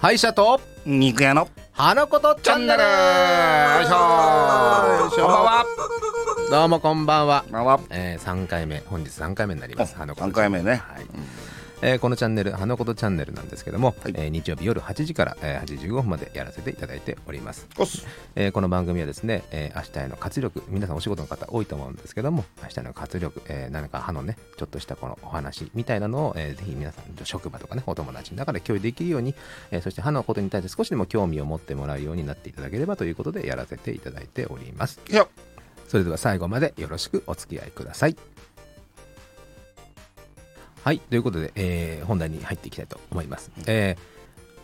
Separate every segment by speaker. Speaker 1: 歯医者と
Speaker 2: 肉屋の
Speaker 1: 花子とチャンネルよいしょーよいしょーどうもこんばんは、
Speaker 2: まあま
Speaker 1: えー、3回目本日3回目になります
Speaker 2: あ
Speaker 1: 花子と
Speaker 2: 3回目ね
Speaker 1: はいえーこのチャンネル「花ことチャンネル」なんですけども、
Speaker 2: はい
Speaker 1: えー日曜日夜8時から、えー8時15分までやらせていただいております、
Speaker 2: おっす
Speaker 1: えーこの番組はですね、えー明日への活力皆さんお仕事の方多いと思うんですけども明日への活力、えー何か歯のねちょっとしたこのお話みたいなのを、えーぜひ皆さんと職場とかねお友達の中で共有できるように、えーそして歯のことに対して少しでも興味を持ってもらうようになっていただければということでやらせていただいております
Speaker 2: いや
Speaker 1: それでは最後までよろしくお付き合いください。はい、ということで、えー本題に入っていきたいと思います。え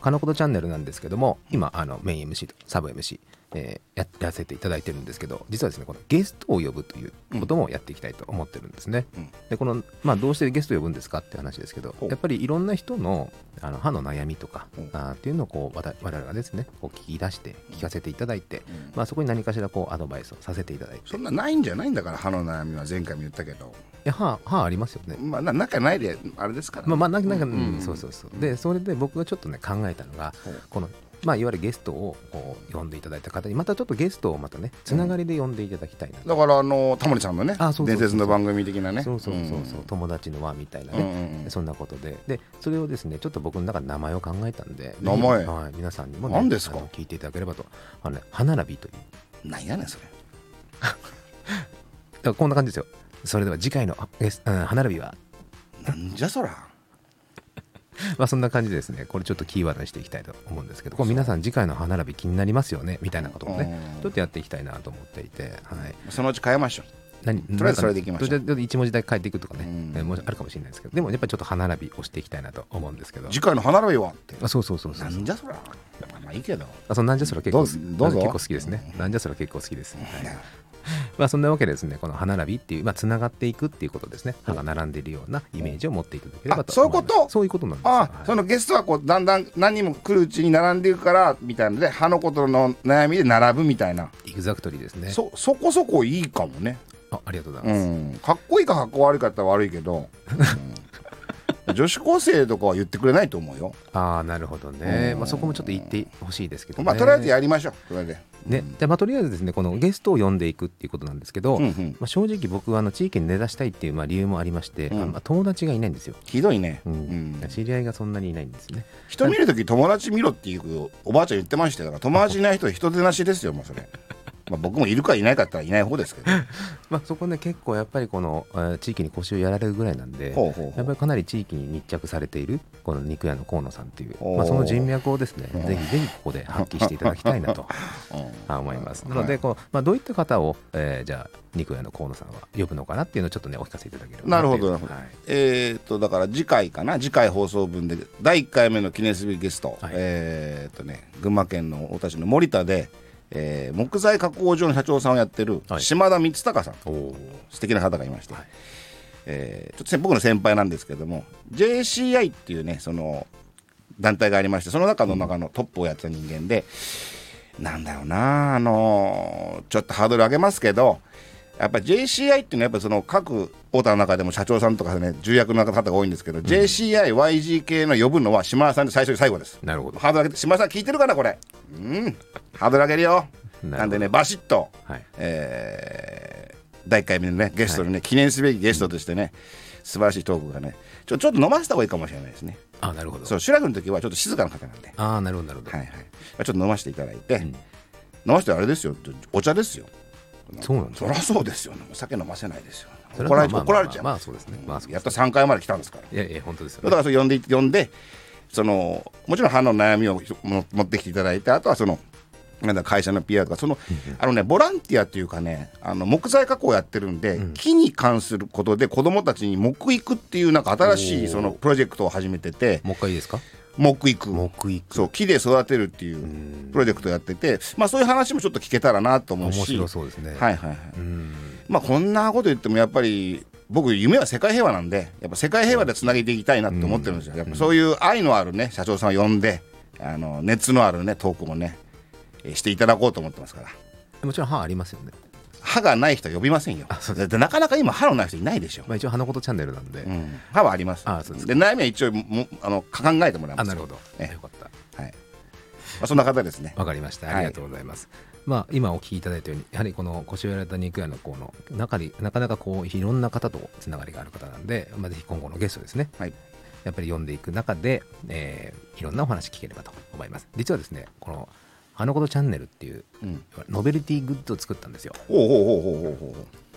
Speaker 1: ー、かのことチャンネルなんですけども、今、あのメイン MC とサブ MC、えーややらせていただいてるんですけど、実はですね、このゲストを呼ぶということもやっていきたいと思ってるんですね。
Speaker 2: うん
Speaker 1: で、この、まあ、どうしてゲストを呼ぶんですかって話ですけど、
Speaker 2: お
Speaker 1: やっぱりいろんな人のあの歯の悩みとか
Speaker 2: うん
Speaker 1: あーっていうのをこう、わた我々がですね、こう聞き出して、聞かせていただいて、
Speaker 2: うん
Speaker 1: まあ、そこに何かしらこうアドバイスをさせていただいて
Speaker 2: そんなないんじゃないんだから歯の悩みは前回も言ったけど
Speaker 1: いや歯歯ありますよね、
Speaker 2: まあな仲ないであれですから
Speaker 1: まあまあなんかなんか、
Speaker 2: うん
Speaker 1: うんそうそうそうでそれで僕がちょっとね考えたのが
Speaker 2: そう
Speaker 1: このまあいわゆるゲストをこう呼んでいただいた方にまたちょっとゲストをまたねつながりで呼んでいただきたいな、
Speaker 2: だからあのタモリさんのね
Speaker 1: あそうそうそう
Speaker 2: 伝説の番組的なね
Speaker 1: そうそうそうそう、
Speaker 2: ん
Speaker 1: 友達の輪みたいな
Speaker 2: うん
Speaker 1: ね、
Speaker 2: うん
Speaker 1: そんなことででそれをですねちょっと僕の中で名前を考えたんで
Speaker 2: 名前
Speaker 1: はい、皆さんにも、
Speaker 2: 何ですか
Speaker 1: あの聞いていただければとあの、ね、歯並びという
Speaker 2: うんなんやねんそれ
Speaker 1: だからこんな感じですよそれでは次回のあゲス、うん、歯並びは
Speaker 2: なんじゃそら
Speaker 1: まあそんな感じでですね、これちょっとキーワードにしていきたいと思うんですけど、これ皆さん次回の歯並び気になりますよねみたいなことをね、
Speaker 2: うん
Speaker 1: ちょっとやっていきたいなと思っていて、はい。
Speaker 2: そのうち変えましょ
Speaker 1: 何
Speaker 2: とりあえずそれでいきましょう
Speaker 1: ちょっと一文字だけ変えていくとかね
Speaker 2: うん、
Speaker 1: えもしあるかもしれないですけど、でもやっぱりちょっと歯並びをしていきたいなと思うんですけど
Speaker 2: う。次回の歯並びはって
Speaker 1: あそうそうそうそ
Speaker 2: な
Speaker 1: う。
Speaker 2: んじゃそらまあいいけど
Speaker 1: あそのなんじゃそら結構好き
Speaker 2: どうぞ
Speaker 1: 結構好きですね。なんじゃそら結構好きです。はいまあそんなわけでですね、この歯並びっていう、まあつながっていくっていうことですね。歯が並んでいるようなイメージを持っていただければと
Speaker 2: あそういうこと
Speaker 1: 思ますそういうことなんですよ。
Speaker 2: あ
Speaker 1: はい
Speaker 2: そのゲストはこうだんだん何人も来るうちに並んでいくからみたいなので歯のことの悩みで並ぶみたいな、
Speaker 1: エグザクトリーですね。
Speaker 2: そそこそこいいかもね、
Speaker 1: あありがとうございうます。
Speaker 2: ん、かっこいいかかっこ悪いかって言ったら悪いけ ど、うん女子高生とかは言ってくれないと思うよ、
Speaker 1: ああなるほどね、
Speaker 2: うん
Speaker 1: まあ、そこもちょっと言ってほしいですけどね、
Speaker 2: まあとりあえずやりましょうそれで、
Speaker 1: ねでまあ、とりあえずですねこのゲストを呼んでいくっていうことなんですけど、
Speaker 2: うんうん、
Speaker 1: まあ、正直僕はあの地域に根ざしたいっていうまあ理由もありまして、
Speaker 2: うん
Speaker 1: あまあ、友達がいないんですよ、
Speaker 2: ひどいね、
Speaker 1: う
Speaker 2: うんん
Speaker 1: 知り合いがそんなにいないんですね
Speaker 2: 人見るとき友達見ろっていうおばあちゃん言ってましたよだから友達いない人は人手なしですよも うそれ、まあ、僕もいるかいないかって言ったらいない方ですけど
Speaker 1: まあそこね結構やっぱりこの、えー地域に腰をやられるぐらいなんで
Speaker 2: ほうほうほ
Speaker 1: やっ
Speaker 2: う
Speaker 1: ぱりかなり地域に密着されているこの肉屋の河野さんっていう
Speaker 2: お、ー
Speaker 1: まあ、その人脈をですね
Speaker 2: うん
Speaker 1: ぜひぜひここで発揮していただきたいなと
Speaker 2: うん
Speaker 1: 思います
Speaker 2: はい
Speaker 1: なのでこう、まあ、どういった方を、えーじゃあ肉屋の河野さんは呼ぶのかなっていうのをちょっとねお聞かせいただければという
Speaker 2: なるほどなるほど
Speaker 1: はい
Speaker 2: えー、とだから次回かな次回放送分で第1回目の記念すべきゲスト、
Speaker 1: はい
Speaker 2: えー、とね群馬県の太田市の森田で、えー木材加工場の社長さんをやってる
Speaker 1: はい
Speaker 2: 島田光隆さん、
Speaker 1: おお
Speaker 2: 素敵な方がいまして、
Speaker 1: はい
Speaker 2: えーちょっとせ僕の先輩なんですけども JCI っていうねその団体がありましてその中の中のトップをやってた人間で、なんだろうなあのーちょっとハードル上げますけどやっぱ JCI っていうのはやっぱその各オーダーの中でも社長さんとかね重役の方が多いんですけど、JCIYG 系の呼ぶのは島田さんで最初で最後です
Speaker 1: なるほど
Speaker 2: ハードル上げて島田さん聞いてるかなこれうんハードル上げるよ
Speaker 1: なるほど
Speaker 2: なんでねバシッと
Speaker 1: はい
Speaker 2: えー第1回目のねゲストのね、記念すべきゲストとしてね素晴らしいトークがねちょちょっと飲ませた方がいいかもしれないですね
Speaker 1: あなるほど
Speaker 2: そう修羅君の時はちょっと静かな方なんで、はい
Speaker 1: ああなるほどなるほど、
Speaker 2: はい、ちょっと飲ませていただいて、飲ませてあれですよお茶ですよ
Speaker 1: そうなんです
Speaker 2: そりゃそうですよお酒飲ませないですよ
Speaker 1: それ
Speaker 2: 怒ら
Speaker 1: は
Speaker 2: れちゃう怒られちゃう
Speaker 1: まあまあまあまあそうですねまあそう
Speaker 2: や
Speaker 1: で
Speaker 2: っ
Speaker 1: す
Speaker 2: と3回まで来たんですから
Speaker 1: いやいや本当です
Speaker 2: だ
Speaker 1: よね
Speaker 2: からそれ呼んで呼んでそのもちろん歯の悩みをも持ってきていただいてあとはそのなんだ会社の PR とかそのあの、ね、ボランティアっていうかねあの木材加工をやってるんで、木に関することで子どもたちに木育っていうなんか新しいそのプロジェクトを始めてて
Speaker 1: もう一回いいですか
Speaker 2: 木育
Speaker 1: 木育
Speaker 2: そう木で育てるっていうプロジェクトをやってて、まあ、そういう話もちょっと聞けたらなと思う
Speaker 1: 面
Speaker 2: し
Speaker 1: 白そうですね
Speaker 2: はいはいはい、
Speaker 1: うん
Speaker 2: まあこんなこと言ってもやっぱり僕夢は世界平和なんでやっぱ世界平和でつなげていきたいなって思ってるんですよ、やっぱそういう愛のあるね社長さんを呼んであの熱のあるねトークもねえーしていただこうと思ってますから
Speaker 1: もちろん歯ありますよね
Speaker 2: 歯がない人は呼びませんよだってなかなか今歯のない人いないでしょ、
Speaker 1: まあ一応花ことチャンネルなんで、
Speaker 2: うん、歯はあります
Speaker 1: あそうです
Speaker 2: で悩みは一応もあの考えてもらいます
Speaker 1: あなるほど、
Speaker 2: ええ
Speaker 1: よかった
Speaker 2: はい、あ、そんな方ですね。
Speaker 1: わかりました。
Speaker 2: はい
Speaker 1: ありがとうございます。まあ、今お聞きいただいたように、やはりこの腰をやられた肉屋のこの中になかなかこういろんな方とつながりがある方なんで、まあ、ぜひ今後のゲストですね、
Speaker 2: はい
Speaker 1: やっぱり読んでいく中で、えーいろんなお話聞ければと思います。実はですね、このあのことチャンネルっていう
Speaker 2: うん。
Speaker 1: ノベルティグッズを作ったんですよ。
Speaker 2: おうおうおうおうおう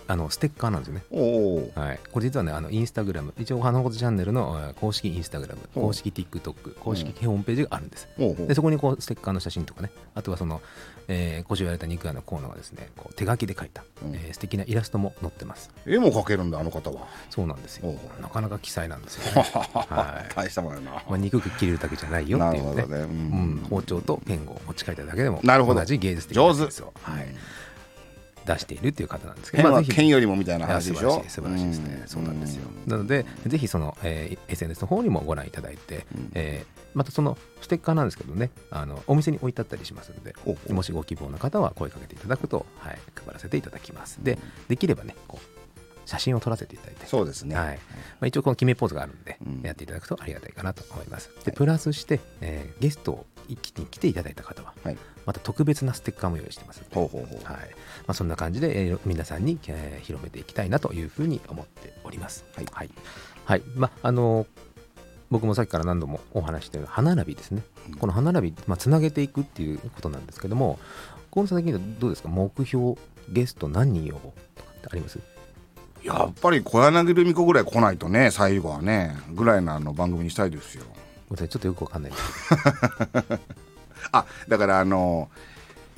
Speaker 1: あのステッカーなんですよね。
Speaker 2: おうおうおう
Speaker 1: はい、これ実はね、あのインスタグラム、一応、花ことチャンネルのえー公式インスタグラム、
Speaker 2: ほう
Speaker 1: 公式 TikTok、公式ホームページがあるんです。
Speaker 2: おうおう
Speaker 1: でそこにこうステッカーの写真とかねあとはその、えー、腰をやられた肉屋のコーナーはですねこう手書きで描いた、
Speaker 2: うん
Speaker 1: えー素敵なイラストも載ってます
Speaker 2: 絵も描けるんだあの方は。
Speaker 1: そうなんです
Speaker 2: お
Speaker 1: よ
Speaker 2: う
Speaker 1: なかなか記載なんですよ、 ねはい
Speaker 2: 大したもんやな。
Speaker 1: まあ、肉切れるだけじゃないよっ
Speaker 2: な
Speaker 1: て
Speaker 2: る
Speaker 1: いう
Speaker 2: ほ
Speaker 1: ね
Speaker 2: どね。う
Speaker 1: うん、
Speaker 2: ん。
Speaker 1: 包丁とペンを持ち帰っただけでも
Speaker 2: なるほど
Speaker 1: 同じ芸術的
Speaker 2: 上
Speaker 1: な
Speaker 2: 手。
Speaker 1: 技術を、はい、。出しているっていう方なんですけど、
Speaker 2: 剣
Speaker 1: まあ、
Speaker 2: は
Speaker 1: ぜひ
Speaker 2: 剣よりもみたいない
Speaker 1: や
Speaker 2: 話
Speaker 1: 素
Speaker 2: でし
Speaker 1: 晴ら
Speaker 2: ょ
Speaker 1: しい。素晴らしいですね、そうなんですよ
Speaker 2: う
Speaker 1: なのでぜひその、えー SNS の方にもご覧いただいて、
Speaker 2: うん
Speaker 1: えーまたそのステッカーなんですけどねあのお店に置いてあったりしますんで
Speaker 2: おうおう
Speaker 1: もしご希望の方は声かけていただくと、はい、配らせていただきますでできればねこう写真を撮らせていただいて
Speaker 2: そうですね。
Speaker 1: はいまあ、一応この決めポーズがあるんで、
Speaker 2: うん
Speaker 1: やっていただくとありがたいかなと思います
Speaker 2: は
Speaker 1: で
Speaker 2: い
Speaker 1: プラスして、えーゲストを一気に来ていただいた方は、
Speaker 2: はい
Speaker 1: また特別なステッカーも用意してますんで
Speaker 2: ほうほうほう。
Speaker 1: はいまあ、そんな感じで、えー皆さんに、えー広めていきたいなというふうに思っております。
Speaker 2: はい
Speaker 1: はいはいまああのー僕もさっきから何度もお話ししている歯並びですね、
Speaker 2: うん
Speaker 1: この歯並び、まあ、つなげていくっていうことなんですけども、河野さん的にはどうですか、目標、ゲスト何人呼ぼうとかってあります
Speaker 2: やっぱり小柳ルミ子ぐらい来ないとね、最後はね、ぐらいのあの番組にしたいですよ。
Speaker 1: ごめんなさいちょっとよくわかんないです
Speaker 2: あ、だからあの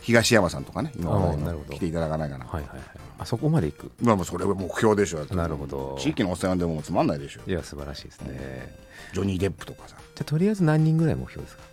Speaker 2: 東山さんとかね、今
Speaker 1: あー
Speaker 2: 話題
Speaker 1: なるほ
Speaker 2: の
Speaker 1: ど
Speaker 2: 来ていただかないかな。
Speaker 1: はいはいはい、あそこまでいく、
Speaker 2: まあまあそれは目標でしょ。だって
Speaker 1: なるほど
Speaker 2: 地域のおっさん呼んでもつまんないでしょ。
Speaker 1: いや、素晴らしいですね。
Speaker 2: ジョニー・デップとかさ、
Speaker 1: じゃあ、とりあえず何人ぐらい目標ですか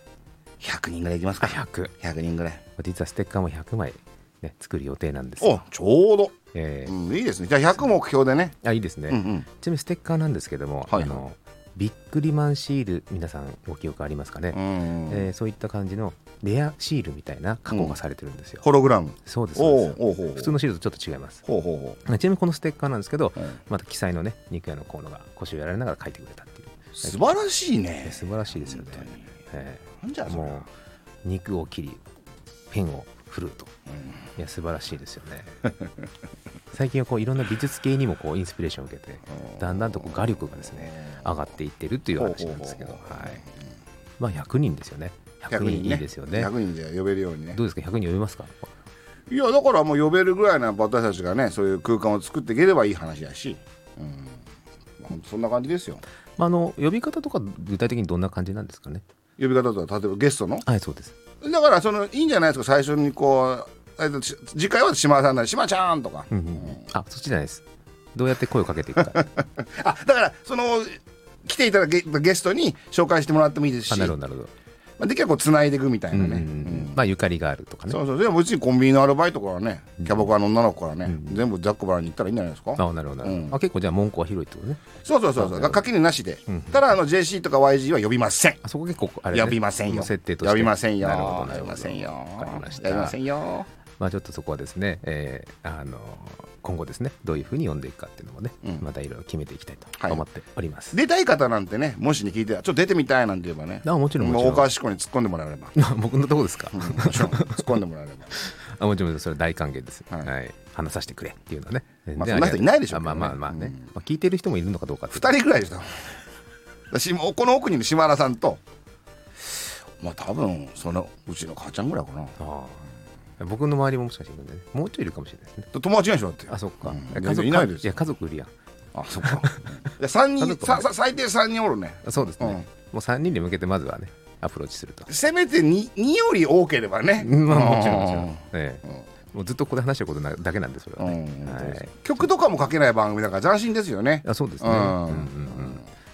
Speaker 2: 100人ぐらいいきます
Speaker 1: あ
Speaker 2: か。
Speaker 1: 100、
Speaker 2: 100人ぐらい。
Speaker 1: 実はステッカーも100枚、ね、作る予定なんですよ
Speaker 2: お、ちょうど。
Speaker 1: えー
Speaker 2: うん、いいですね。じゃあ100目標でね。
Speaker 1: あいいですね、
Speaker 2: うんうん。
Speaker 1: ちなみにステッカーなんですけども、
Speaker 2: はい
Speaker 1: あのビックリマンシール皆さんご記憶ありますかね、
Speaker 2: うんうん
Speaker 1: えーそういった感じのレアシールみたいな加工がされてるんですよ、
Speaker 2: ホログラム。
Speaker 1: そうですそう
Speaker 2: お
Speaker 1: で
Speaker 2: う
Speaker 1: す
Speaker 2: おうほう
Speaker 1: 普通のシールとちょっと違います
Speaker 2: ほうほうほ
Speaker 1: ちなみにこのステッカーなんですけど
Speaker 2: う、うん
Speaker 1: また記載のね肉屋のコーナーが腰をやられながら書いてくれたっていう
Speaker 2: 素晴らしい
Speaker 1: え
Speaker 2: ね
Speaker 1: 素晴らしいですよね
Speaker 2: 本当に、
Speaker 1: え
Speaker 2: なんじゃ
Speaker 1: ー
Speaker 2: それ
Speaker 1: もう肉を切りペンを振ると
Speaker 2: うん
Speaker 1: いや素晴らしいですよ ね最近はこういろんな美術系にもこうインスピレーションを受けてだんだんとこう画力がですね上がっていってるっていう話なんですけど、は
Speaker 2: ほうほうほう
Speaker 1: いまあ、100人ですよね100人
Speaker 2: 100人
Speaker 1: い
Speaker 2: ね
Speaker 1: いですよね
Speaker 2: 100人で呼べるようにね
Speaker 1: どうですか100人呼びますか
Speaker 2: いやだからもう呼べるぐらいな私たちがねそういう空間を作っていければいい話やしうんまあほんとそんな感じですよ
Speaker 1: まああの呼び方とか具体的にどんな感じなんですかね
Speaker 2: 呼び方とは例えばゲストの
Speaker 1: はいそうです
Speaker 2: だからそのいいんじゃないですか最初にこうえっとし次回は島田さんなり島ちゃんとか
Speaker 1: うんうんうんあそっちじゃないですどうやって声をかけていく か
Speaker 2: あだからその来ていただけゲストに紹介してもらってもいいです
Speaker 1: あ
Speaker 2: し
Speaker 1: なるほ
Speaker 2: ま
Speaker 1: どなるほど、
Speaker 2: あできればこうつないでいくみたい
Speaker 1: うん
Speaker 2: な
Speaker 1: うんう
Speaker 2: ね
Speaker 1: ん
Speaker 2: うん
Speaker 1: まあゆかりがあるとかね
Speaker 2: そうそうでもうちにコンビニのアルバイトからねキャバクラの女の子からね、全部ザックバラに行ったらいいんじゃないですか
Speaker 1: あなるほどなるほど、
Speaker 2: うん
Speaker 1: あ結構じゃあ文句は広いってことね
Speaker 2: そうそうそうそうが垣根なしで、ただあの JC とか YG は呼びません
Speaker 1: あそこ結構あれ、ね、
Speaker 2: 呼びません
Speaker 1: も
Speaker 2: よ
Speaker 1: う設定として
Speaker 2: 呼びませんよ
Speaker 1: なるほどなる
Speaker 2: 呼び
Speaker 1: ほど
Speaker 2: ませんよ
Speaker 1: わかりまし
Speaker 2: 呼びま
Speaker 1: た
Speaker 2: せんよ
Speaker 1: まあ、ちょっとそこはですね、えーあの今後ですねどういうふうに読んでいくかっていうのもね、
Speaker 2: うん
Speaker 1: またいろいろ決めていきたい
Speaker 2: は
Speaker 1: と
Speaker 2: い
Speaker 1: 思っております。
Speaker 2: 出たい方なんてねもしに聞いてちょっと出てみたいなんて言えばね
Speaker 1: あもちろんもち
Speaker 2: もう
Speaker 1: ろ
Speaker 2: 大
Speaker 1: ん
Speaker 2: 川志子に突っ込んでもらえれば
Speaker 1: 僕のとこですか、
Speaker 2: うんもちろん突っ込んでもらえれば
Speaker 1: あもちろんそれは大歓迎です、は
Speaker 2: はいい
Speaker 1: 話させてくれっていうのはね、
Speaker 2: まあ
Speaker 1: 全然
Speaker 2: そんな人いないでしょ
Speaker 1: あ
Speaker 2: うけ
Speaker 1: ま
Speaker 2: ど
Speaker 1: あ
Speaker 2: ね
Speaker 1: まあまあね、
Speaker 2: うん
Speaker 1: まあ、聞いてる人もいるのかどうかって
Speaker 2: 2人ぐらいですよ私もこの奥にいる島原さんとまあ多分そのうちの母ちゃんぐらいかな
Speaker 1: ああ僕の周りももしかしているんでねもうちょいいるかもしれないですね
Speaker 2: 友達いないでしょだって
Speaker 1: あそっか、
Speaker 2: うん
Speaker 1: 家
Speaker 2: 全
Speaker 1: 族
Speaker 2: 然いないです
Speaker 1: や家族いるやん
Speaker 2: あそっかいや三
Speaker 1: 家
Speaker 2: 人
Speaker 1: 族は
Speaker 2: ささ最低三人おるね
Speaker 1: あそうですね、
Speaker 2: うん
Speaker 1: もう3人に向けてまずはねアプローチすると、
Speaker 2: せめて 2, 2より多ければね
Speaker 1: まあもちろん
Speaker 2: う
Speaker 1: もちろん、ええもうずっとここで話してることなだけなんでそれは
Speaker 2: う
Speaker 1: ね、
Speaker 2: ん
Speaker 1: はい
Speaker 2: 曲とかも書けない番組だから斬新ですよね
Speaker 1: あそうですね、う
Speaker 2: うんん
Speaker 1: うんうん、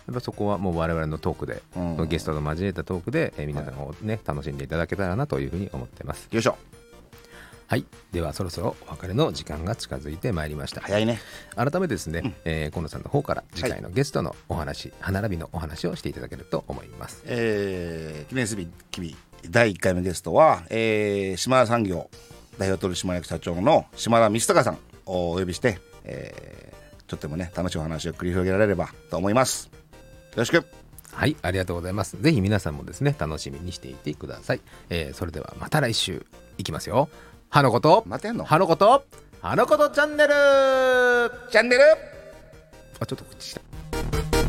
Speaker 1: やっぱそこはもう我々のトークで、
Speaker 2: うん
Speaker 1: そのゲストと交えたトークで、えー皆さんをね、楽しんでいただけたらなというふうに思ってます
Speaker 2: よいしょ
Speaker 1: はいではそろそろお別れの時間が近づいてまいりました
Speaker 2: 早いね
Speaker 1: 改めてですね、えー河野さんの方から次回のゲストのお話、歯並びのお話をしていただけると思います
Speaker 2: えー記念すべき日第1回のゲストは、えー島田産業代表取締役社長の島田道隆さんをお呼びして、えー、とってもね楽しいお話を繰り広げられればと思いますよろしくます。
Speaker 1: はい、ありがとうございます。ぜひ皆さんもですね、楽しみにしていてください。えーそれではまた来週いきますよ。はのこと、
Speaker 2: 待てんの
Speaker 1: はのこと、はのことチャンネル。あ、
Speaker 2: チャンネル
Speaker 1: ちょっとこっち来た。